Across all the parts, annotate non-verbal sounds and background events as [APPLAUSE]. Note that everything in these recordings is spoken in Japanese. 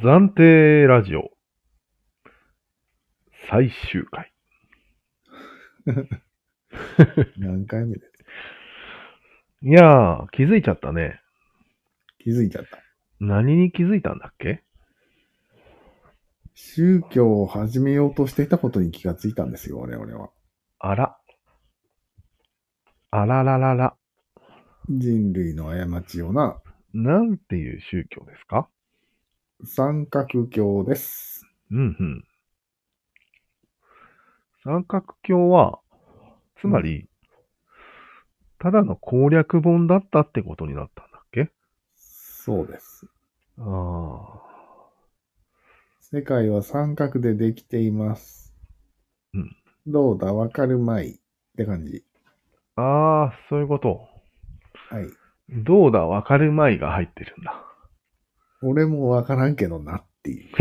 暫定ラジオ最終回。何回目でいやー、気づいちゃったね。気づいちゃった。何に気づいたんだっけ宗教を始めようとしていたことに気がついたんですよ、我々は。あら。あらららら。人類の過ちをな、なんていう宗教ですか三角教です。うんうん。三角教は、つまり、ただの攻略本だったってことになったんだっけそうです。ああ。世界は三角でできています。うん。どうだ、わかるまい。って感じ。ああ、そういうこと。はい。どうだ、わかるまいが入ってるんだ。俺もわからんけどなっ [LAUGHS] ていう。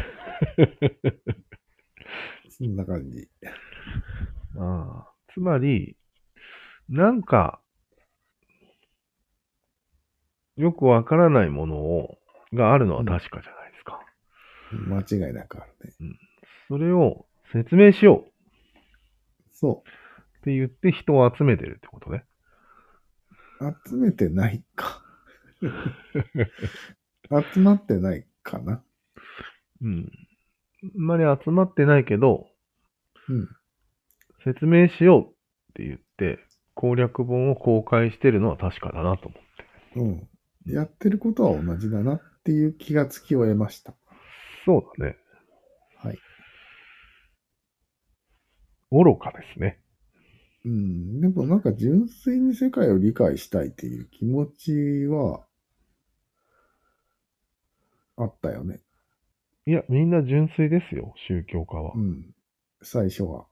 そんな感じ。ああ、つまり、なんか、よくわからないものを、があるのは確かじゃないですか。間違いなくあるね。それを説明しようそって言って人を集めてるってことね。う。集めてないか。 [LAUGHS] 集まってないかな。うん。あんまり集まってないけど、うん。説明しようって言って、攻略本を公開してるのは確かだなと思って。うん。やってることは同じだなっていう気がつきを得ました。そうだね。はい。愚かですね。うん。でもなんか純粋に世界を理解したいっていう気持ちは、あったよね。いや、みんな純粋ですよ、宗教家はう。ん。最初は。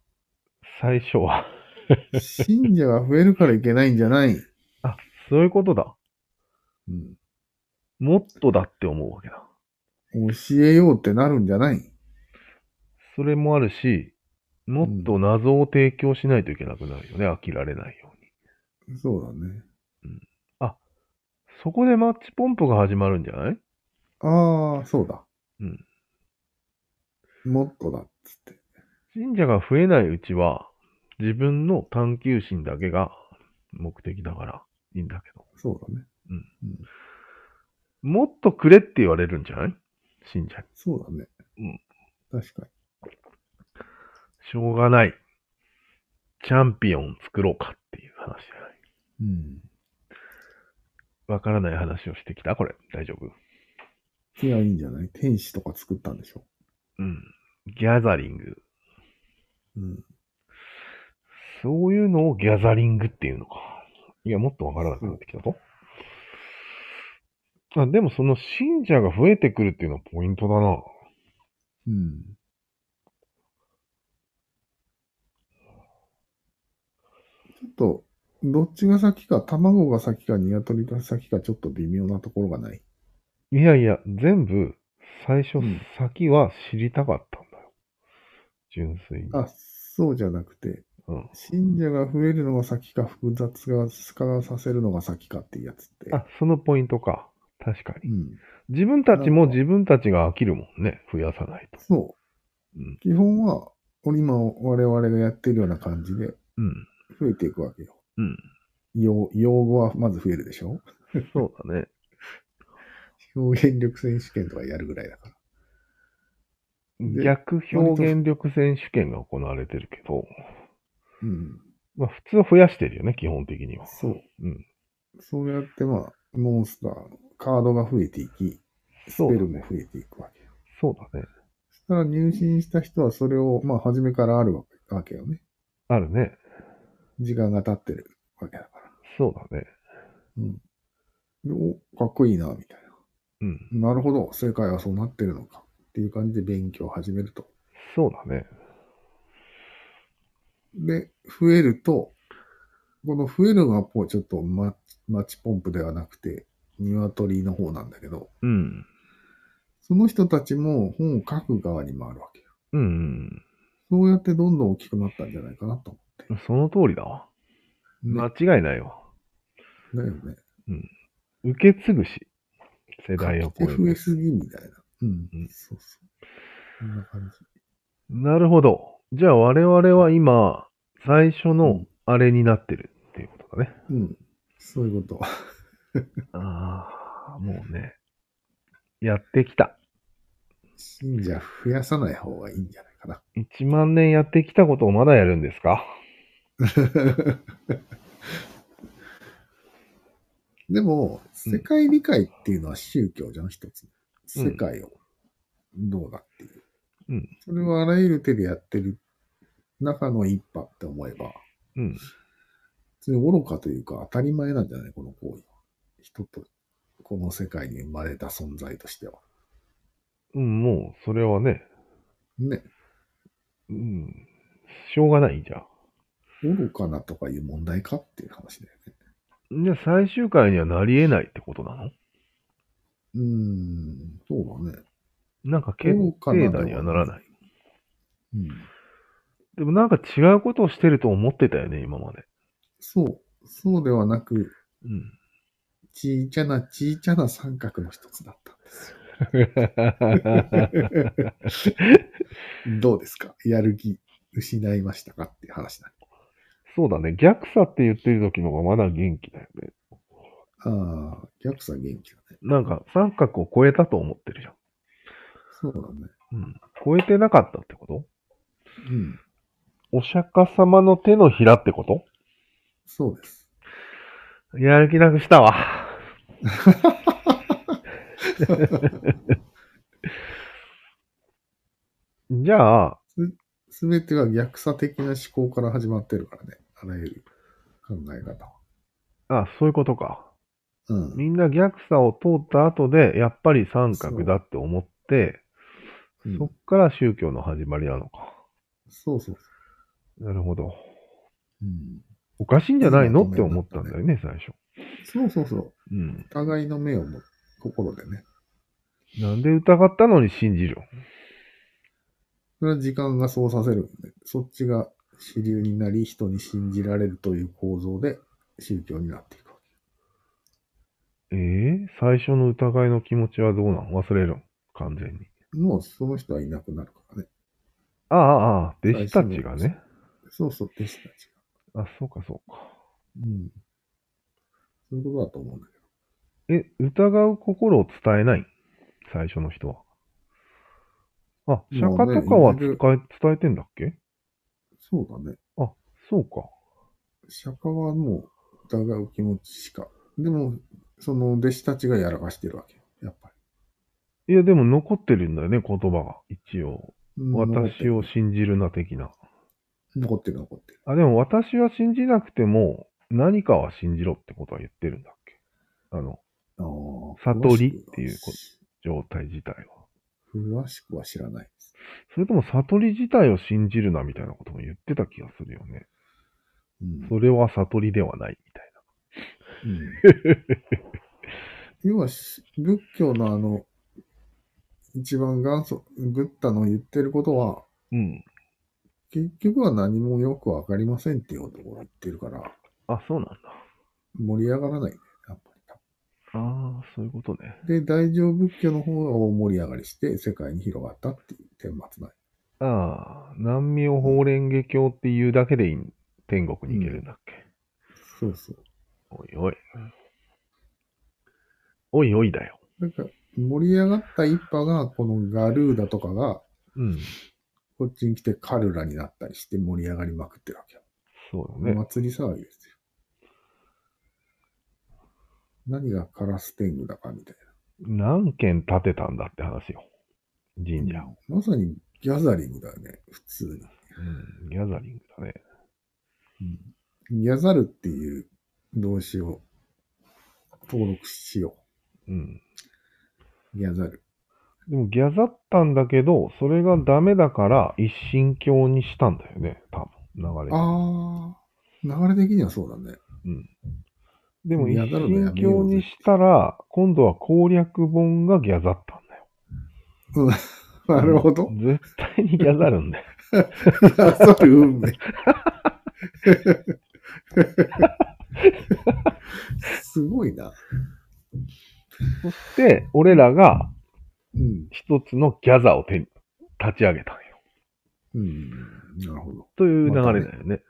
最初は。 [LAUGHS] 信者が増えるからいけないんじゃない。うあ、そういうことだ。ん。もっとだって思うわけだ。教えようってなるんじゃない。それもあるし、もっと謎を提供しないといけなくなるよね、飽きられないように。そうだね。そこでマッチポンプが始まるんじゃないああ、そうだ。うん。もっとだっつって。信者が増えないうちは、自分の探求心だけが目的だからいいんだけど。そうだね。もっとくれって言われるんじゃない信者に。そうだね。うん。確かに。しょうがない。チャンピオン作ろうかっていう話じゃない。うん。わからない話をしてきたこれ。大丈夫いや、いいんじゃない天使とか作ったんでしょ。うん。ギャザリング。うん。そういうのをギャザリングっていうのか。いや、もっとわからなくなってきたぞ。あ、でもその信者が増えてくるっていうのはポイントだな。うん。ちょっと、どっちが先か、卵が先か、鶏が先か、ちょっと微妙なところがない。いやいや、全部、最初うん、先は知りたかったんだよ。純粋に。あ、そうじゃなくて、うん信者が増えるのが先か、複雑化させるのが先かっていうやつって。あ、そのポイントか。確かうに。ん。自分たちなもんか自分たちが飽きるもんね。増やさないと。そうう。ん基本は、今、我々がやってるような感じで、うん。増えていくわけよ。うん。用用語はまず増えるでしょ [LAUGHS] そうだね。表現力選手権とかやるぐらいだから。で逆表現力選手権が行われてるけど、うん。まあ普通増やしてるよね、基本的には。そう。うん。そうやって、まあ、モンスター、カードが増えていき、スペそうだルもね。増えていくわけよ。そうだね。そしたら入信した人はそれを、まあ、初めからあるわけわけよね。あるね。時間が経ってるわけだから。そうだね。うん。でお、かっこいいな、みたいうん。な。なるほど、世界はそうなってるのか。っていう感じで勉強を始めると。そうだね。で、増えると、この増えるのがこうちょっとママッチポンプではなくて、鶏の方なんだけど、うん。その人たちも本を書く側に回るわけよ。うんうんそうやってどんどん大きくなったんじゃないかなと思って。うん。その通りだわ。間ね、違いないわ。だよね。受け継ぐし、世代を超書きえ手増える。すぎみたいな。うんうん。そうそう。こんな感じ。なるほど。じゃあ我々は今、最初のあれになってるっていうことだね。うん。そういうこと。ああ、もうね。やってきた。信者増やさない方がいいんじゃないかな。 1万年やってきたことをまだやるんですか [LAUGHS] でも、うん世界理解っていうのは宗教じゃん、一つ。世界をどうだっていう。うんそれはあらゆる手でやってる中の一派って思えば、うん。別に愚かというか当たり前なんじゃないこの行為は。人と、この世界に生まれた存在としては。うん、もう、それはね、ね。うん、しょうがないじゃ愚かなとかいう問題かっていう話だよね。ん。じゃあ最終回にはなり得ないってことなのうーん、そうだね。なんか決定打にはならない。うん。でもなんか違うことをしてると思ってたよね、今まで。そう。そうではなく、うん。 [LAUGHS] ちいちゃなちいちゃな三角の一つだったんですよ。どうですかやる気失いましたかっていう話だ、ね。そうだね。逆さって言ってる時の方がまだ元気だよね。ああ、逆さ元気だね。なんか三角を超えたと思ってるじゃん。そうだね。うん。超えてなかったってことうん。お釈迦様の手のひらってことそうです。やる気なくした [LAUGHS] わ。じゃあ、すべてが逆さ的な思考から始まってるからね。あらゆる考え方は。あ、そういうことか。うん。みんな逆さを通った後で、やっぱり三角だって思って、うんそっから宗教の始まりなのか。そうそうそう。なるほど。うん。おかしいんじゃないのって思ったんだよね、最初。そうそうそう。うん。お互いの目をも心でね。なんで疑ったのに信じるそれは時間がそうさせるんで、そっちが主流になり、人に信じられるという構造で宗教になっていくわええ最初の疑いの気持ちはどうなん忘れるん完全に。け。もうその人はいなくなるからね。ああ、ああ、弟子たちが最初のね。そうそう、弟子たちが。あ、そうか、そうか。うん。そういうことだと思うんだけど。え、疑う心を伝えない最初の人は。あ、釈まあね迦とかはいろ伝いろえ伝えてんだっけそうだね。そうか。釈迦はもう疑う気持ちしか。でも、その弟子たちがやらかしてるわけよ。やっぱいや、でも残ってるんだよね、言葉が。一応。り。うん私。を信じるな、的な。残ってる残ってる。あ、でも私は信じなくても、何かは信じろってことは言ってるんだっけあの、ああ。悟りっていうこ状態自体は。詳しくは知らないです。それとも悟り自体を信じるな、みたいなことも言ってた気がするよね。うんそれは悟りではない、みたいうん要はし、仏教のあの、一番元祖、ブッダの言ってることは、な。うん。結局は何もよくわかりませんっていうところを言ってるから、あ、そうなんだ。盛り上がらないね、やっぱああ、そういうことね。り。で、大乗仏教の方が大盛り上がりして、世界に広がったっていう天末ない。ああ、南明法蓮華経っていうだけでいい天国に行けるんだっけ、そうそう。おいおい。おいおいだよ。なんか、盛り上がった一派が、このガルーダとかが、うん。こっちに来てカルラになったりして盛り上がりまくってるわけよ。そうよね。祭り騒ぎですよ。何がカラス天狗だかみたい何軒建てたんだって話よ。神社なを。。まさにギャザリングだよね、普通に。うん。ギャザリングだね。ギャザルっていう動詞を登録しようん。う。ギャザル。でもギャザったんだけど、それがダメだから一神教にしたんだよね。多分、流れで。あー、流れ的にはそうだね。でもギ一ャザるのや神めよ教うぜにしたら、今度は攻略本がギャザったんだよ。うん、なるほど。絶対にギャザるんだよ。ギャザル運命。すごいな。そして、俺らがうん。一つのギャザを手に立ち上げたんよ。うん。なるほど。という流れだよね。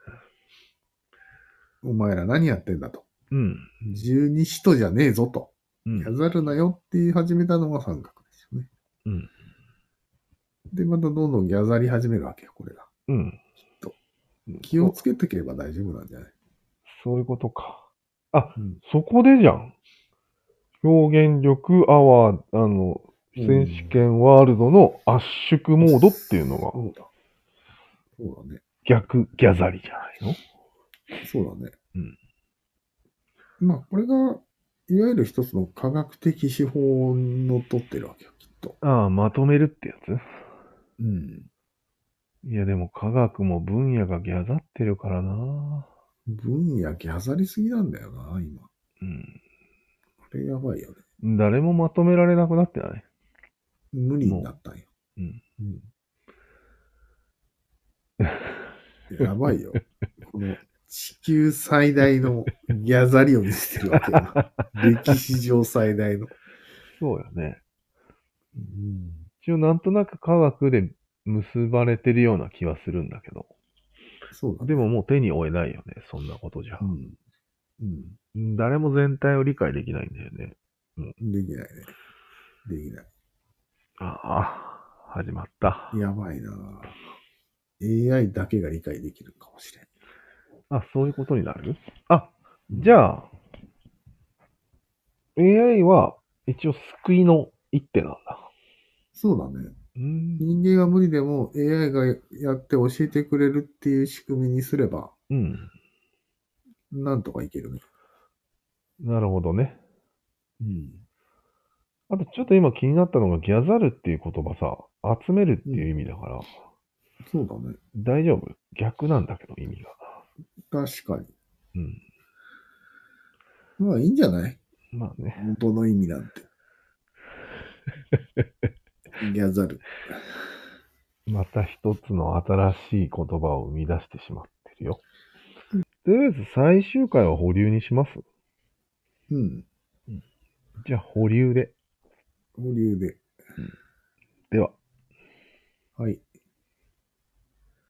お前ら何やってんだと。うん。十二使徒じゃねえぞと。うんや。ざるなよって言い始めたのが三角ですよね。うん。で、またどんどんギャザり始めるわけよ、これが。うん。と気をつけてければ大丈夫なんじゃないそういうことか。うん。そこでじゃん。表現力アワー、あの、選手権ワールドの圧縮モードっていうのがそうだ。そうだね。逆ギャザリじゃないのそうだね。うん。まあ、これが、いわゆる一つの科学的手法のとってるわけよ、きっと。ああ、まとめるってやつうん。いやでも科学も分野がギャザってるからな分野ギャザりすぎなんだよな、今。こうん。れやばいよね。誰もまとめられなくなってない無理になったんよ。うん。うん。やばいよ。この地球最大のギャザリを見せてるわけよ。歴史上最大の。そうよね。うん。一応なんとなく科学で結ばれてるような気はするんだけど。そうだね。でももう手に負えないよね、そんなことじゃう。ん。うん。誰も全体を理解できないんだよね。できないね。できない。ああ、始まった。やばいなぁ AI だけが理解できるかもしれん。あ、そういうことになるあ、じゃあ、AI は一応救いの一手なんだ。そうだね。うん。人間が無理でも AI がやって教えてくれるっていう仕組みにすれば、うん。なんとかいけるね。なるほどね。うん。あとちょっと今気になったのがギャザルっていう言葉さ、集めるっていう意味だから、そうだね。大丈夫逆なんだけど意味が。確かに。うん。まあいいんじゃないまあね。元の意味なんて。ギャザル。また一つの新しい言葉を生み出してしまってるよ。とりあえず最終回は保留にします。うん。じゃあ保留で。保留で。では。はい。